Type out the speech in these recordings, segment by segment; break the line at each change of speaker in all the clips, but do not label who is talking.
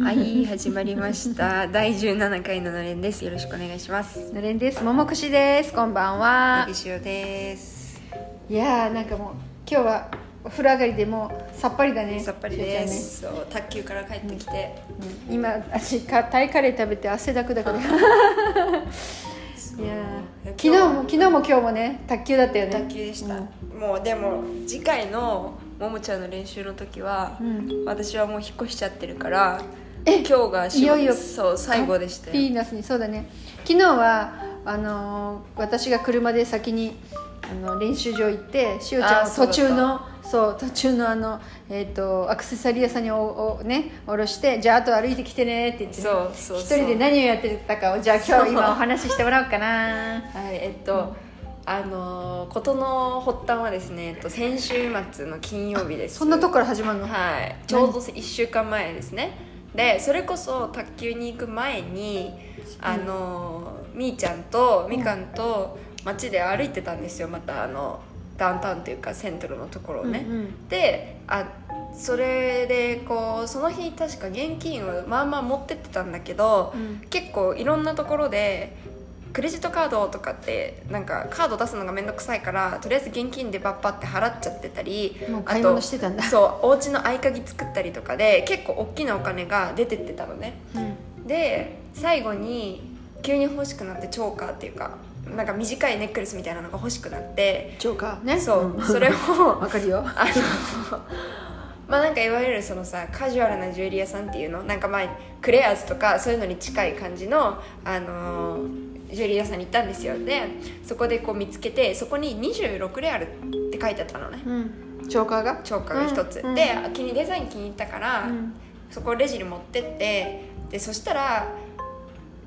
はい始まりました第17回ののれんですよろしくお願いします
のれんですももくしですこんばんは
りしおです
いやーなんかもう今日はお風呂上がりでもうさっぱりだね
さっぱり
しゅうちゃ
で
んね
す、そう卓球から帰ってきて、
うん今私かタイカレー食べて汗だ くだからいやー
今日
昨日
は
も昨日も今日もね卓球だったよね
卓球でした、
うん
もうでも次回のももちゃんの練習の時は、
うん
私はもう引っ越しちゃってるから
え
今日が仕事
いよいよ
そう最後でした
ピー
よ
ナスにそうだね昨日はあのー私が車で先にあの練習場行ってしおちゃ
あー
んを
そうだっ
途
た
中のそう途中のあの、えー、とアクセサリー屋さんにおおね下ろしてじゃああと歩いてきてねって言ってね、
そうそうそう
一人で何をやってたかをじゃあ今日今お話ししてもらおうかな
はいえっと、あのー事の発端はですね、えっと、先週末の金曜日です
そんなとこから始まるの、
はい、ちょうど1週間前ですねでそれこそ卓球に行く前にあのみーちゃんとみかんと街で歩いてたんですよまたあのダウンタウンというかセントルのところをね、
うんうん
であそれでこうその日確か現金をまあまあ持ってってたんだけど、
うん
結構いろんなところでクレジットカードとかってなんかカード出すのが面倒くさいからとりあえず現金でバッパって払っちゃってたり
もう買い
あと
物してたんだ
そうお家の合鍵作ったりとかで結構大きなお金が出てってたのね
うん
で最後に急に欲しくなってチョーカーっていうかなんか短いネックレスみたいなのが欲しくなって
ジョーカーね
そう、それを
んわかるよ
あのまあなんかいわゆるそのさカジュアルなジュエリー屋さんっていうのなんかまあクレアーズとかそういうのに近い感じの、あのージュエリー屋さんに行ったんですよでそこでこう見つけてそこに26レアルって書いてあったのね
うんジョーカーが
チョーカーが一つ、
うんうん
で気にデザイン気に入ったから、
うん
そこをレジに持ってってでそしたら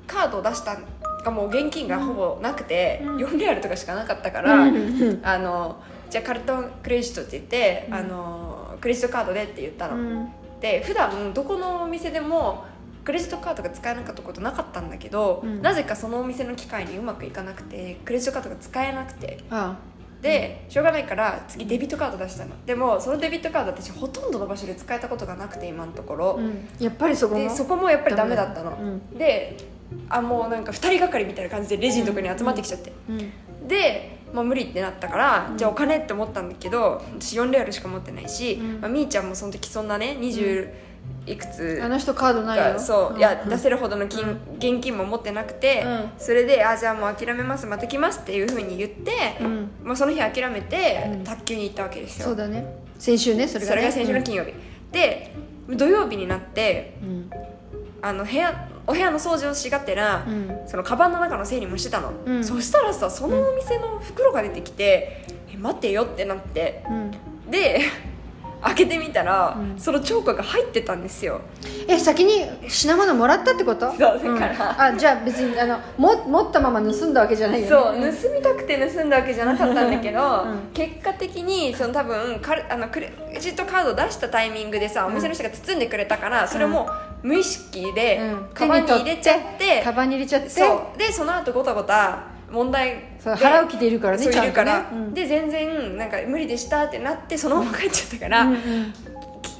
カードを出したがもう現金がほぼなくて、
うん
4レアルとかしかなかったから、
うんうん
あのじゃあカルトンクレジットって言って、あのクレジットカードでって言ったの、
うん
で普段どこのお店でもクレジットカードが使えなかったことなかったんだけど、
うん
なぜかそのお店の機械にうまくいかなくてクレジットカードが使えなくて
あ
でしょうがないから次デビットカード出したのでもそのデビットカード私ほとんどの場所で使えたことがなくて今のとこ
あ、う
ろ、
ん、やっぱりそこも
でそこもやっぱりダメだったの、
うん
であもうなんか2人がかりみたいな感じでレジのとこに集まってきちゃって、
うん
で、まあ、無理ってなったから、
うん
じゃあお金って思ったんだけど私4レアルしか持ってないし、
うん
まあ、みーちゃんもその時そんなね20いくつ
あの人カードないよ
そう、いや出
せ
せるほどの金、現金も持ってなくて、
うん
それで「あじゃあもう諦めますまた来ます」っていうふうに言って、
うん
まあ、その日諦めて、
うん
卓球に行ったわけですよ
そうだね先週ねそれ
そ
がね
れが先週の金曜日、で土曜日になって
うん
あの部屋お部屋の掃除をしがてら、
うん
そのカバンの中の整理もしてたの、
うん
そしたらさそのお店の袋が出てきて「え待てよ」ってなって
うん
で 開けてみたら、
うん
そのチョーカーが入ってたんですよ
え先に品物もらったってこと
そうだから
んあじゃあ別にあのも持ったまま盗んだわけじゃない
そ
よ
う
ね
盗みたくて盗んだわけじゃなかったんだけど、
うん
結果的にその多分カルあのクレジットカード出したタイミングでさお店の人が包んでくれたからそれも無意識で
うん
カバンに入れちゃって,、
カバンに入れちゃって
そうでその後ごたごた問題
そう
で
腹を切っているからね
そういるから、
ちゃんとねうん
で全然なんか無理でしたってなってそのまま帰っちゃったから、
うんうん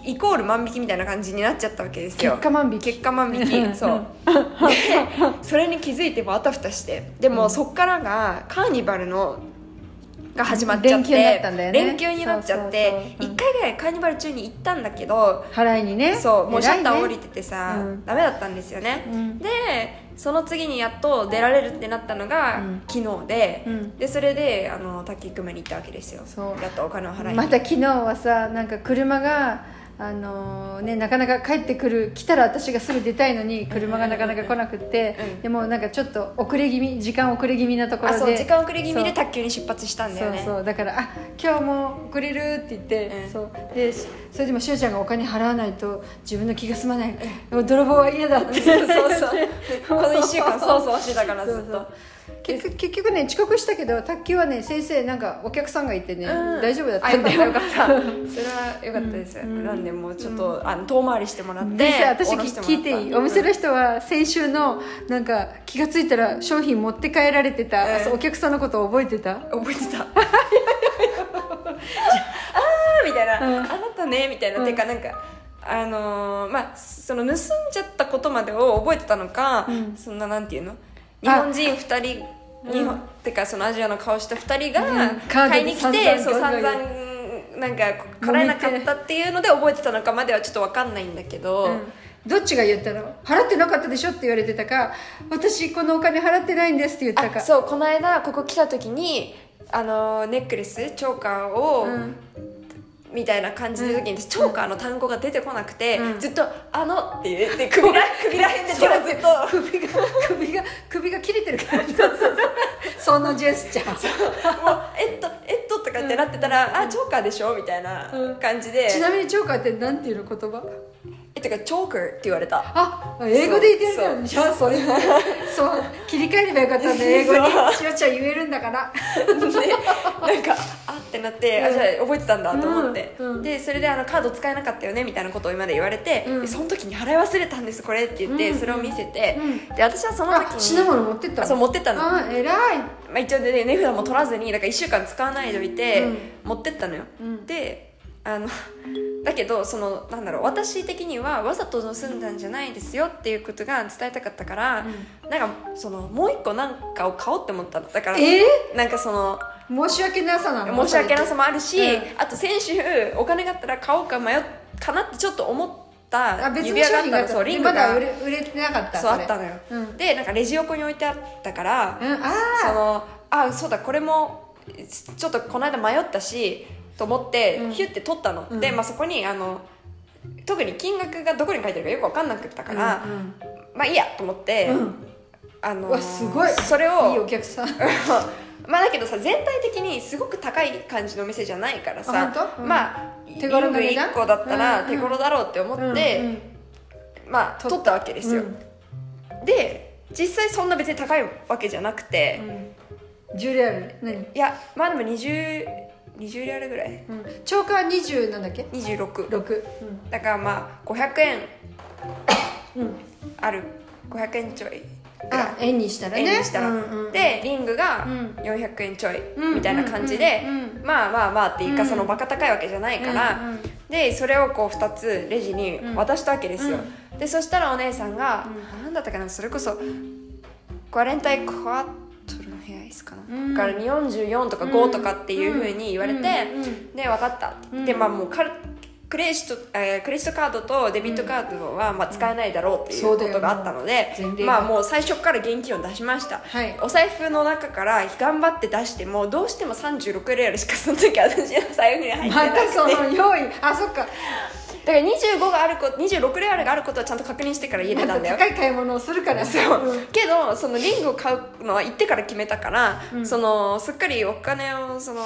イコール万引きみたいな感じになっちゃったわけですよ
結果万引き
結果万引
う
き
ん
そうでそれに気づいてもうあたふたしてでもそっからがカーニバルのが始まっちゃって
連休になったんだよね
連休になっちゃっ
そうそう
て
そううん
1回ぐらいカーニバル中に行ったんだけど
払いにね
そうもうシャッター降
偉い
り
ね
ててさ、
うん
ダメだったんですよね、
うん
でその次にやっと出られるってなったのが、
うん
昨日で、
うん
でそれであの滝組に行ったわけですよ
そう
やっとお金を払いに、
また昨日はさなんか車があのーね、なかなか帰ってくる来たら私がすぐ出たいのに車がなかなか来なくって、
うん
でもうなんかちょっと遅れ気味時間遅れ気味なところ
あ
で
そう時間遅れ気味で
そう
卓球に出発したんだよね
そうそうだから「あ今日も遅れる」って言って、
うん
そうでしそれでもしおちゃんがお金払わないと自分の気が済まない、でも泥棒は嫌だって
そうそう そうこの1週間そうそうしてたからずっ
そうそ
と
う結局結局ね遅刻したけど卓球はね先生なんかお客さんがいてね、
うん
大丈夫だった
あよ
ん
か
だ
ったよかったそれはよかったです、
うん
なんでもうちょっと、あの遠回りしてもらって
でさ私
下ろして
き
もら
聞
っ
い
た
ていいお店の人は先週のなんか気が付いたら商品持って帰られてた、
うん
そうお客さんのこと覚えてた
覚え てたあーみたいな、
うん
あなたねみたいな、
うん
てかなんかあのーまあその盗んじゃったことまでを覚えてたのか、
うん
そんななんていうの日本人2人日本、
うん
てかそのアジアの顔した2人
うん
が買いに来
カードで
て、
散々
そう散々
ガン
なんか払えなかったっていうので覚えてたのかまではちょっと分かんないんだけど、
どっちが言ったの払ってなかったでしょって言われてたか私このお金払ってないんですって言った
あ
か
そうこの間ここ来た時にあのーネックレスチョーカーを、
うん
みたいな感じの時に、チョーカーの単語が出てこなくて、
うん
ずっと「あの」って言って首ら首らへんで手をずっと。
首が首が首が切れて るからそのジェスチャー
もう「えっとえっと」とかってなってたら「あチョーカーでしょ」みたいな感じで「
ちなみにチョーカーってなんていうの言葉
えってかチョーカー」って言われた
あ英語で言ってるからじゃあそれそう切り替えればよかったんだ英語にしおちゃん言えるんだから
でなんか「あっ」てなって「あじゃあ覚えてたんだ」と思って、
うんうん
でそれであの「カード使えなかったよね」みたいなことを今で言われて、
うん
でその時に「払い忘れたんですこれ」って言って、
うん
それを見せて、
う
で私はその時
あ
に
品物持ってったの
そう持ってったの
あ偉い
まあ、一応ね値札も取らずにだから1週間使わないでおいて、
うん
持ってったのよ、
うん
であの だけどそのなんだろう私的にはわざと盗んだんじゃないですよっていうことが伝えたかったから、なんかそのもう一個なんかを買おうって思ったのだから、
え
なんかその
申し訳なさなの
申し訳な
さ
さもあるし、
うん
あと先週お金があったら買おうか迷っかなってちょっと思っ
あ
た
別
指
の
輪が
商
あっ
品
た
があ
のそうリングが
ったまだ売れ売れてなかった
そうあ
れ
ったのよ、
うん
でなんかレジ横に置いてあったから、
うんあ
そ
あ
のあそうだこれもちちょっとこの間迷ったしと思って、
うん
ヒュッて取ったの、
うん
で、まあ、そこにあの特に金額がどこに書いてるかよく分かんなくったから、
う
まあいいやと思って、
んうん
あのー
うわすごい
それ
いいお
を
客さん
まあだけどさ全体的にすごく高い感じのお店じゃないから
あ
さ
本当うん
まあ
手頃な
リン
値
グ
段
1個だった
う
ら
ん
手頃だろうって思って、
うんうん
まあ取ったわけですよ、で実際そんな別に高いわけじゃなくて、
うん10レアル何
いやまあでも2020リアルぐらい
うん超過20なんだっけ
26
6
だからまあ500円
うんうん
ある500円ちょい
あ円にしたらね
円にしたら、
うんうん
でリングが
うん
400円ちょい
うん
みたいな感じで、
うんうん
まあまあまあっていうか、
うん
そのバカ高いわけじゃないから、
うんうん
でそれをこう2つレジに渡したわけですよ、でそしたらお姉さんが、なんだったかなそれこそクアレンタイクワットルヘアイスかな、
うん
だから44とか5とかっていうふうに言われて、
うんうん
で分かったって言って、
うん
まあもうカルクレジット、えークレジットカードとデビットカードはまあ使えないだろうっていう
そう
こ
だよ
とがあったので、
前例が
まあもう最初から現金を出しました、
はい
お財布の中から頑張って出してもどうしても36レアルしかその時私の財布に入って
ま
なくて、
たその用意 あそっか
だから25があること26レアルがあることはちゃんと確認してから家出
ま
た
た
んだよ
高い買い物をするから
そう
うん
けどそのリングを買うのは行ってから決めたから、そのすっかりお金をその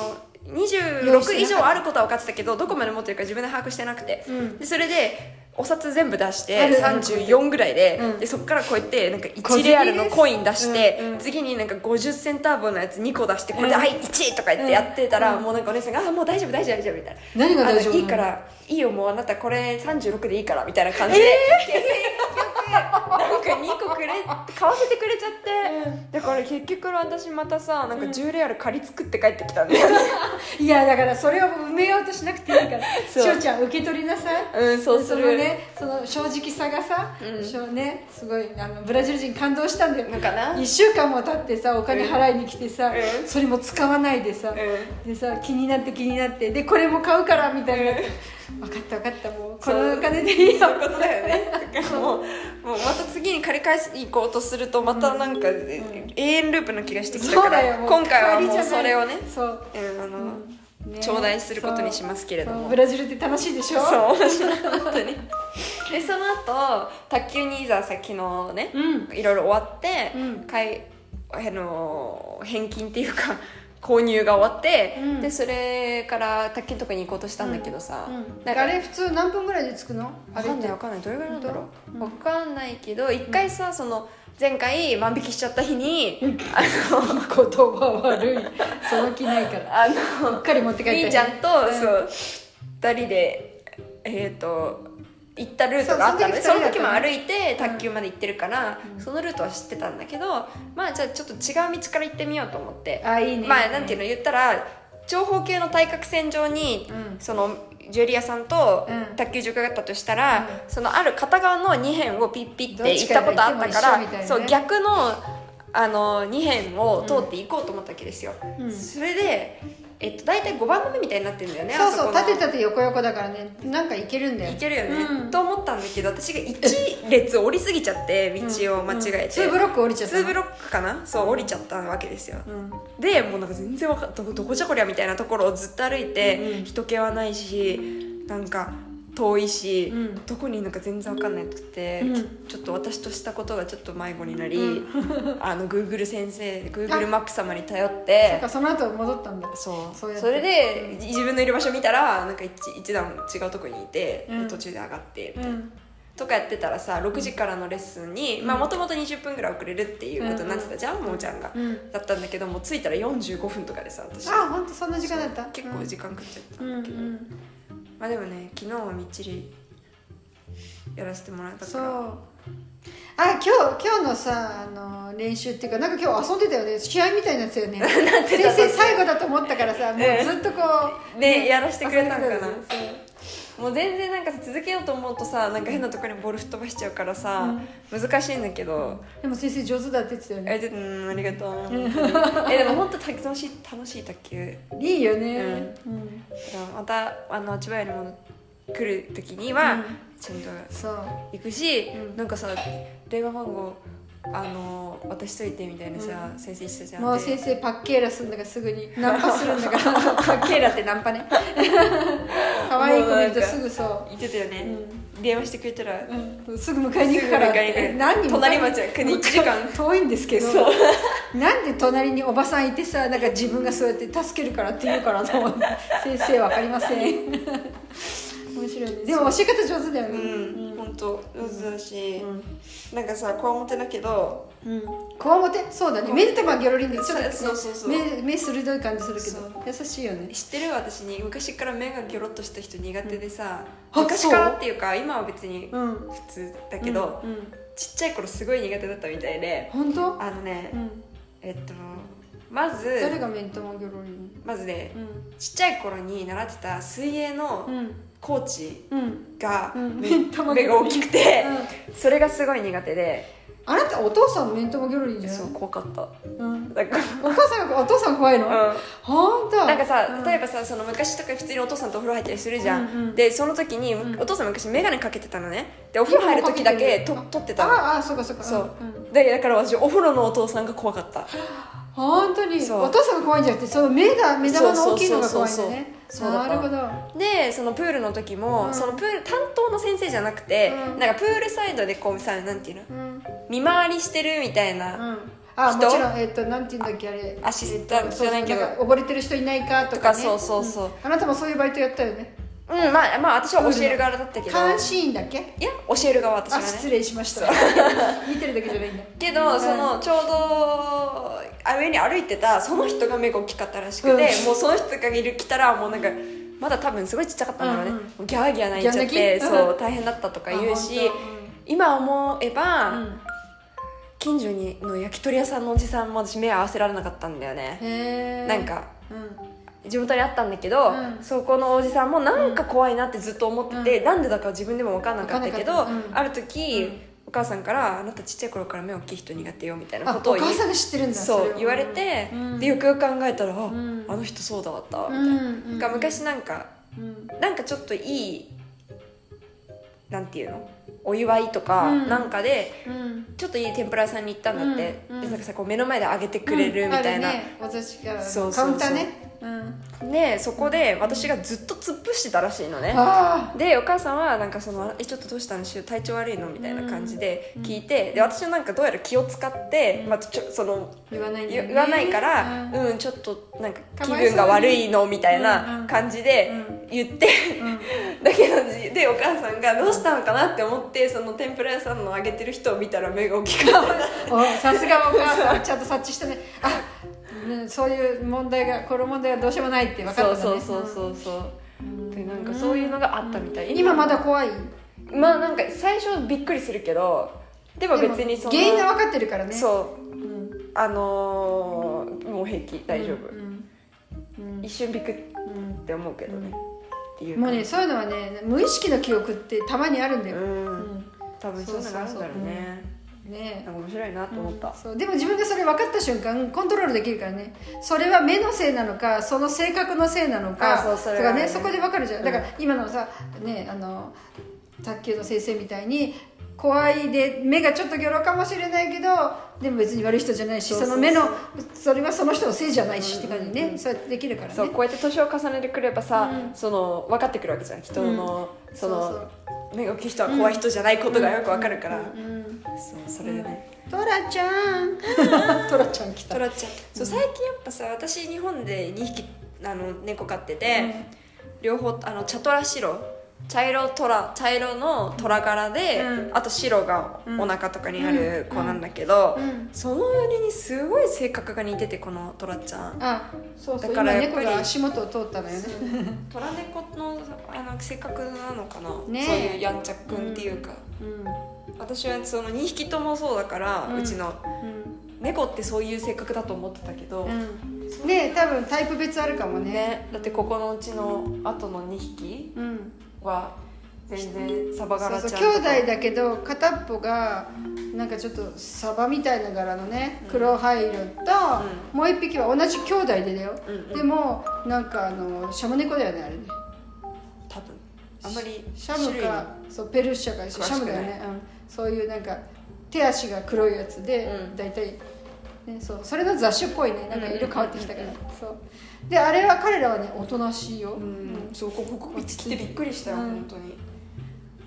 用意して
26
なかった
以上あることは分かってたけどどこまで持ってるか自分で把握してなくて、
うん
でそれでお札全部出して
あるある
34ぐらいで,、
うん
でそっからこうやってなんか
小
1
銭
レアルのコイン出して、
うんうん
次になんか50センター分のやつ2個出してこれで「
うん
はい1!」とか言ってやってたら、もうなんかお姉さんが「あもう大丈夫大丈夫大丈夫」みたいな
何が大丈夫
あのいいからいいよもうあなたこれ36でいいから」みたいな感じで。なんか2個くれ買わせてくれちゃって、だから結局私またさなんか10レアル借り作って帰ってきたんだよね、
いやだからそれを埋めようとしなくていいから
そう
しおちゃん受け取りなさい
うんそうす
そ
る
のねその正直さがさ、しょねすごいあのブラジル人感動したんだよ
なんかな
1週間も経ってさお金払いに来てさ、
うん
それも使わないでさ、
う
でさ気になって気になってでこれも買うからみたいになって、分かった分かったもうこのお金でいいよ
そういうことだよねだからもうもうまた次に借り返しに行こうとするとまたなんか、永遠ループの気がしてきた
そ
か
うだよ
ら
もう
今回は
代わり
も
じ
う
ゃない
それをね、
そう
うんあの
ね
頂戴することにしますけれど
そう
も
ブラジルって楽しいでしょ
そう面白い本当にでその後卓球にいざさ昨日ね、
う
いろいろ終わって、
うん
かいあの返金っていうか購入が終わって、
うん
でそれから卓球のとかに行こうとしたんだけどさ、
うん
なん
あ
か
れ普通何分ぐらいで着くの
わかんない
歩
わ
いて
かんないどれぐらいなんだろう、
本当
わかんないけど一回さその前回万引きしちゃった日に、あ
言葉悪いその気ないから
のあの
うっかり持って帰ったり
兄ちゃんと、
うん
そう2人でえっ、と行ったルートがあったので
そ
そ
うそ
の
の時
時
二人
も
だったね
歩いて卓球まで行ってるから、そのルートは知ってたんだけどまあじゃあちょっと違う道から行ってみようと思って
あいいね
まあなんていうの言ったら長方形の対角線上に、
うん
そのジュエリアさんと
うん
卓球場があったとしたら、そのある片側の2辺をピッピッて
どっ
行
ち
った
か
ことあったから
が行っても一緒みたいなね
そう逆のあの2辺を通って行こうと思ったわけですよ、
うん
それで、えっと、大体5番目みたいになってるんだよね
そう
あ
そ
こ
う
の
縦縦横横だからねなんかいけるんだよ
いけるよね、
うん
と思ったんだけど私が1列降りすぎちゃって道を間違えて、
ツーブロック降りちゃった
ツーブロックかなそう降りちゃったわけですよ、
うん
でもうなんか全然わかどどこじゃこりゃみたいなところをずっと歩いて、
うん
人気はないしなんか遠いし、
うん
どこにいるのか全然わかんなくて、
うん
ちょっと私としたことがちょっと迷子になり、
う
あの Google 先生 Google マップ様に頼って
なんかその後戻ったんだ
そう
そ
そう
やって
れで自分のいる場所見たらなんか一一段違うとこにいて、
うん
途中で上がって
うん
とかやってたらさ6時からのレッスンにもともと20分ぐらい遅れるっていうことになってたじゃん、もーちゃんが、
うん
だったんだけどもう着いたら45分とかでさ私
あ本当そんな時間だった
結構時間かかっちゃった
うんん
だけど、
うん
まあでもね昨日はみっちりやらせてもらった
そ
か
う
ら
あ今日今日のさあの練習っていうかなんか今日遊んでたよね試合みたいなやつよ ね
てた
先生最後だと思ったからさもう
ええ
ずっとこう
ねやらせてくれたんかな
遊んでたよね
もう全然なんか続けようと思うとさなんか変なところにボール吹っ飛ばしちゃうからさ、難しいんだけど、
そうでも先生上手だって言ってたよね
えでうんありが とうえでも本当楽しい楽しい卓球
いいよねうん
だからまたあの千葉屋に戻ってくる時には、
うん
ちゃんと
そう
行くし、
うん
なんかさ電話番号あの渡しといてみたいなさ、先生してたじゃん
もう
で
先生パッケーラするんだからすぐ にナンパするんだからパッケーラってナンパね可愛い子見るとすぐそ
言ってたよね、電話してくれたら
う、うん、すぐ迎えに行くから
すぐ迎えに行く
え何人
隣町は国一時間
遠いんですけど
そう
なんで隣におばさんいてさなんか自分がそうやって助けるからって言うからと思って先生わかりません面白いねでも教え方上手だよ
う
ね
ん、本当上手だし、
うん
なんかさこわもてだけど
うんこわもてそうだね目とかギョロリンでちょっと、ね、
そうそうそう
目目鋭い感じするけ
そう
ど優しいよね
知ってる私に昔から目がギョロッとした人苦手でさ、
うんあ
昔
そう
からっていうか今は別に
うん
普通だけど、
うんうん
ちっちゃい頃すごい苦手だったみたいで
本当
あのね、
うん
えっとまず
誰が面ともギョロリン
まずね
うん
ちっちゃい頃に習ってた水泳の
うん
コーチ
うん
が
うん
め
目ん玉
目が大きくて
うん
それがすごい苦手で
あなたお父さん面ともギョロリンじゃない
そう怖かった
うん
なんか
お母さんがお父さん怖いの
うん
本当
なんかさ、例え
ば
ばさその昔とか普通にお父さんとお風呂入ったりするじゃん、
うんうん
でその時に、
うん
お父さん昔眼鏡かけてたのねでお風呂入る時だけと取ってたの
ああそうかそうか
そう、
んん
でだから私お風呂のお父さんが怖かった
本当に
そう
お父さんが怖いんじゃなくてその目が目玉の大きいのが怖いんだね
そうそうそうそうそうだ
な
から
るほど
でそのプールの時も、
うん
そのプール担当の先生じゃなくて、
うん
なんかプールサイドでこうさなんていうの
うん
見回りしてるみたいな、
うんあも
人
ちろんえっとなんていうんだっけあれ
アシスタントじゃないけど
そうそうなんか溺れてる人いないかとかね
とかそうそうそうん
あなたもそういうバイトやったよね
うんまあまあ私は教える側だったけど
監視員だっけ
いや教える側私は
あ
ね
失礼しました 見てるだけじゃないんだ
けど、そのちょうどあ上に歩いてたその人が目が大きかったらしくて、
うん
もうその人がいる来たらもうなんかまだ多分すごいちっちゃかったんだろうね、
うんうん
もうギャーギャー泣いちゃっ
ギャ
て
ー泣き
そうう大変だったとか言うし、
あ
今思えば、
本
近所にの焼き鳥屋さんのおじさんも私目合わせられなかったんだよ
当うん
ね、
へえ
なんか
うん
地元にあったんだけど、
うん
そこのおじさんもなんか怖いなってずっと思ってて、
う
なんでだか自分でも分かんなかったけど、
分かんなかったうん
ある時、
うん
お母さんから「あなたちっちゃい頃から目大きい人苦手よ」みたいな
あ
こ
お
とを言
母さんが知ってるんだ
そ
れ
う
を
言われて、
うん
でよくよく考えたら、あ
ん
あの人そうだったみたいな、
うん
が昔なんか
うん
なんかちょっといいなんていうのお祝いとか
うん
なんかで、
うん
ちょっといい天ぷら屋さんに行ったんだって、
うんうん
でなんかさこう目の前で揚げてくれるみたいな、
うんあるね、お座敷が
そうそうそう
カウンターね、うん、
でそこで私がずっと突っ伏してたらしいのね
あ
でお母さんはなんかその「えちょっとどうしたのしゅう体調悪いの?」みたいな感じで聞いて、で私はなんかどうやら気を使って、まあ、ちょその
ー言わないんだ
言
よね
言わないから、
うん
うん、ちょっとなんか
か
気
わいそうに
分が悪いのみたいな感じで
うん
言って、
うん
だけどでお母さんがどうしたのかなって思ってその天ぷら屋さんの揚げてる人を見たら目が大きかった
おさすがお母さ んちゃんと察知したねあうんそういう問題がこの問題はどうしようもないって分かった
そ
ん
う
だね
そうそうそうそうでなんかそういうのがあったみたい、
うん今まだ怖い
まあなんか最初びっくりするけどでも別にその
でも原因が分かってるからね
そう
うん、
あのーもう平気大丈夫、
うんうんうんうん
一瞬びくっ
うん
て思うけどね、っていう
もう
感
ね
じ
そういうのはね無意識の記憶ってたまにあるんだ
う
よ、
ん
う
多分そういうのがあるんだろうね
ん、ね
なんか面白いなと思った、
そうでも自分がそれ分かった瞬間コントロールできるからねそれは目のせいなのかその性格のせいなのか
あそうそれ
とか
はね
ねそこで分かるじゃん
うん
だから今のさねあの卓球の先生みたいに怖いで目がちょっとギョロかもしれないけどでも別に悪い人じゃないし
そう
そ
そうそう
の目のそれはその人のせいじゃないしって感じ
うんうんう
ね
ん
そうやってできるからね
そうこうやって年を重ねてくればさ、
うん
その分かってくるわけじゃん人の、その
そうそう
目が大きい人は怖い人じゃないことがよく分かるから、
うん
そうそれでね、
トラちゃ んトラちゃん来た
トラちゃんそう最近やっぱさ私日本で2匹あの猫飼ってて、両方あの茶トラ白茶色トラ茶色のトラ柄で、
う
あと白が
うん
お腹とかにある子なんだけど、
うん
そのよりにすごい性格が似ててこのトラちゃん
あそうそ
だ
う
から
今
やっぱ
猫
り
が足元を通ったのよね
トラ猫のあの性格なのかな、
ねえ
そういうやんちゃくんっていうか、
うん
私はその2匹ともそうだから、う
うん
ちの猫ってそういう性格だと思ってたけど、
うんね多分タイプ別あるかもね
ね、だってここのうちの後の2匹
うん
は全然サバ
そ
柄
う
ちゃん
そ
と
う
か
兄弟だけど片っぽがなんかちょっとサバみたいな柄のね黒灰色と、もう一匹は同じ兄弟でだよ、
うんうん
でもなんかあのシャム猫だよねあれね
多分あんまり
シャムかそうペルシャかシ
詳しくない
ャムだよね、うん、そういうなんか手足が黒いやつで、
うん
大体、ね、そうそれの雑種っぽいねなんか色
うん
変わってきたから、そうであれは彼らはねおとなしいよ、
種類のうん、そうここここ来てびっくりしたよ、
うん
本当に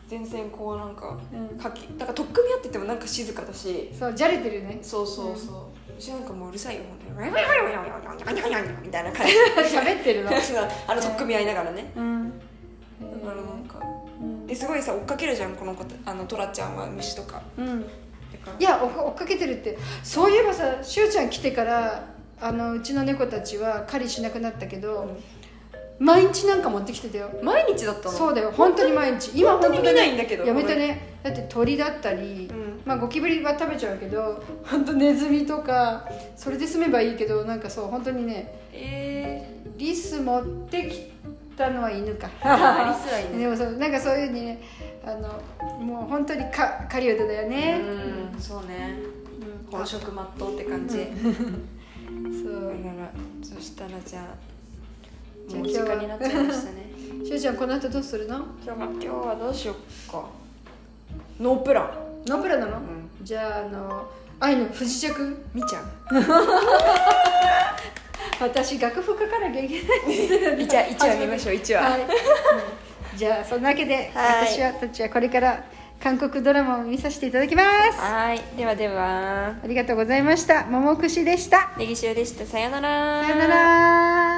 全然こうなんか
うん
かきだから取っ組み合っててもなんか静かだし
そうじゃれてる よね
そうそうそううちなんかもううるさいよ本当に「みたいな感じ
喋ってるの
であの取っ組み合いながらね
うん
だからなんか
うん
ですごいさ追っかけるじゃんこの子たあのトラちゃんは虫とか
うん
だから
いや追っか追っかけてるってそういえばさしゅうちゃん来てからあのうちの猫たちは狩りしなくなったけど、毎日なんか持ってきてたよ
毎日だったの
そうだよ本当に毎日今
本当に
だね
見ないんだけど
やめてねだって鳥だったり、
うん
まあゴキブリは食べちゃうけど本当ネズミとかそれで済めばいいけどなんかそう本当にね
え
リス持ってきたのは犬か
ー、あ リスはいいね
でもそうなんかそういうにねあのもう本当にか狩り歌だよね
うんそうね
うん
本職全うって感じ、
そう
だからそしたらじゃあ
じゃ
も
あ
う時間になっちゃいましたね
しゅうちゃんこの後どうするの
今日は今日はどうしよっかノープラン、
ノープランなの、
ん、
じゃああの愛の不時着
みちゃん
私楽譜書かなきゃいけないですよね
一話一話見ましょう一話
はい、じゃあそんなわけで
はい
私はたちはこれから韓国ドラマを見させていただきます
はいではでは
ありがとうございましたももくしでした
ネギ塩でしたさよなら
さよなら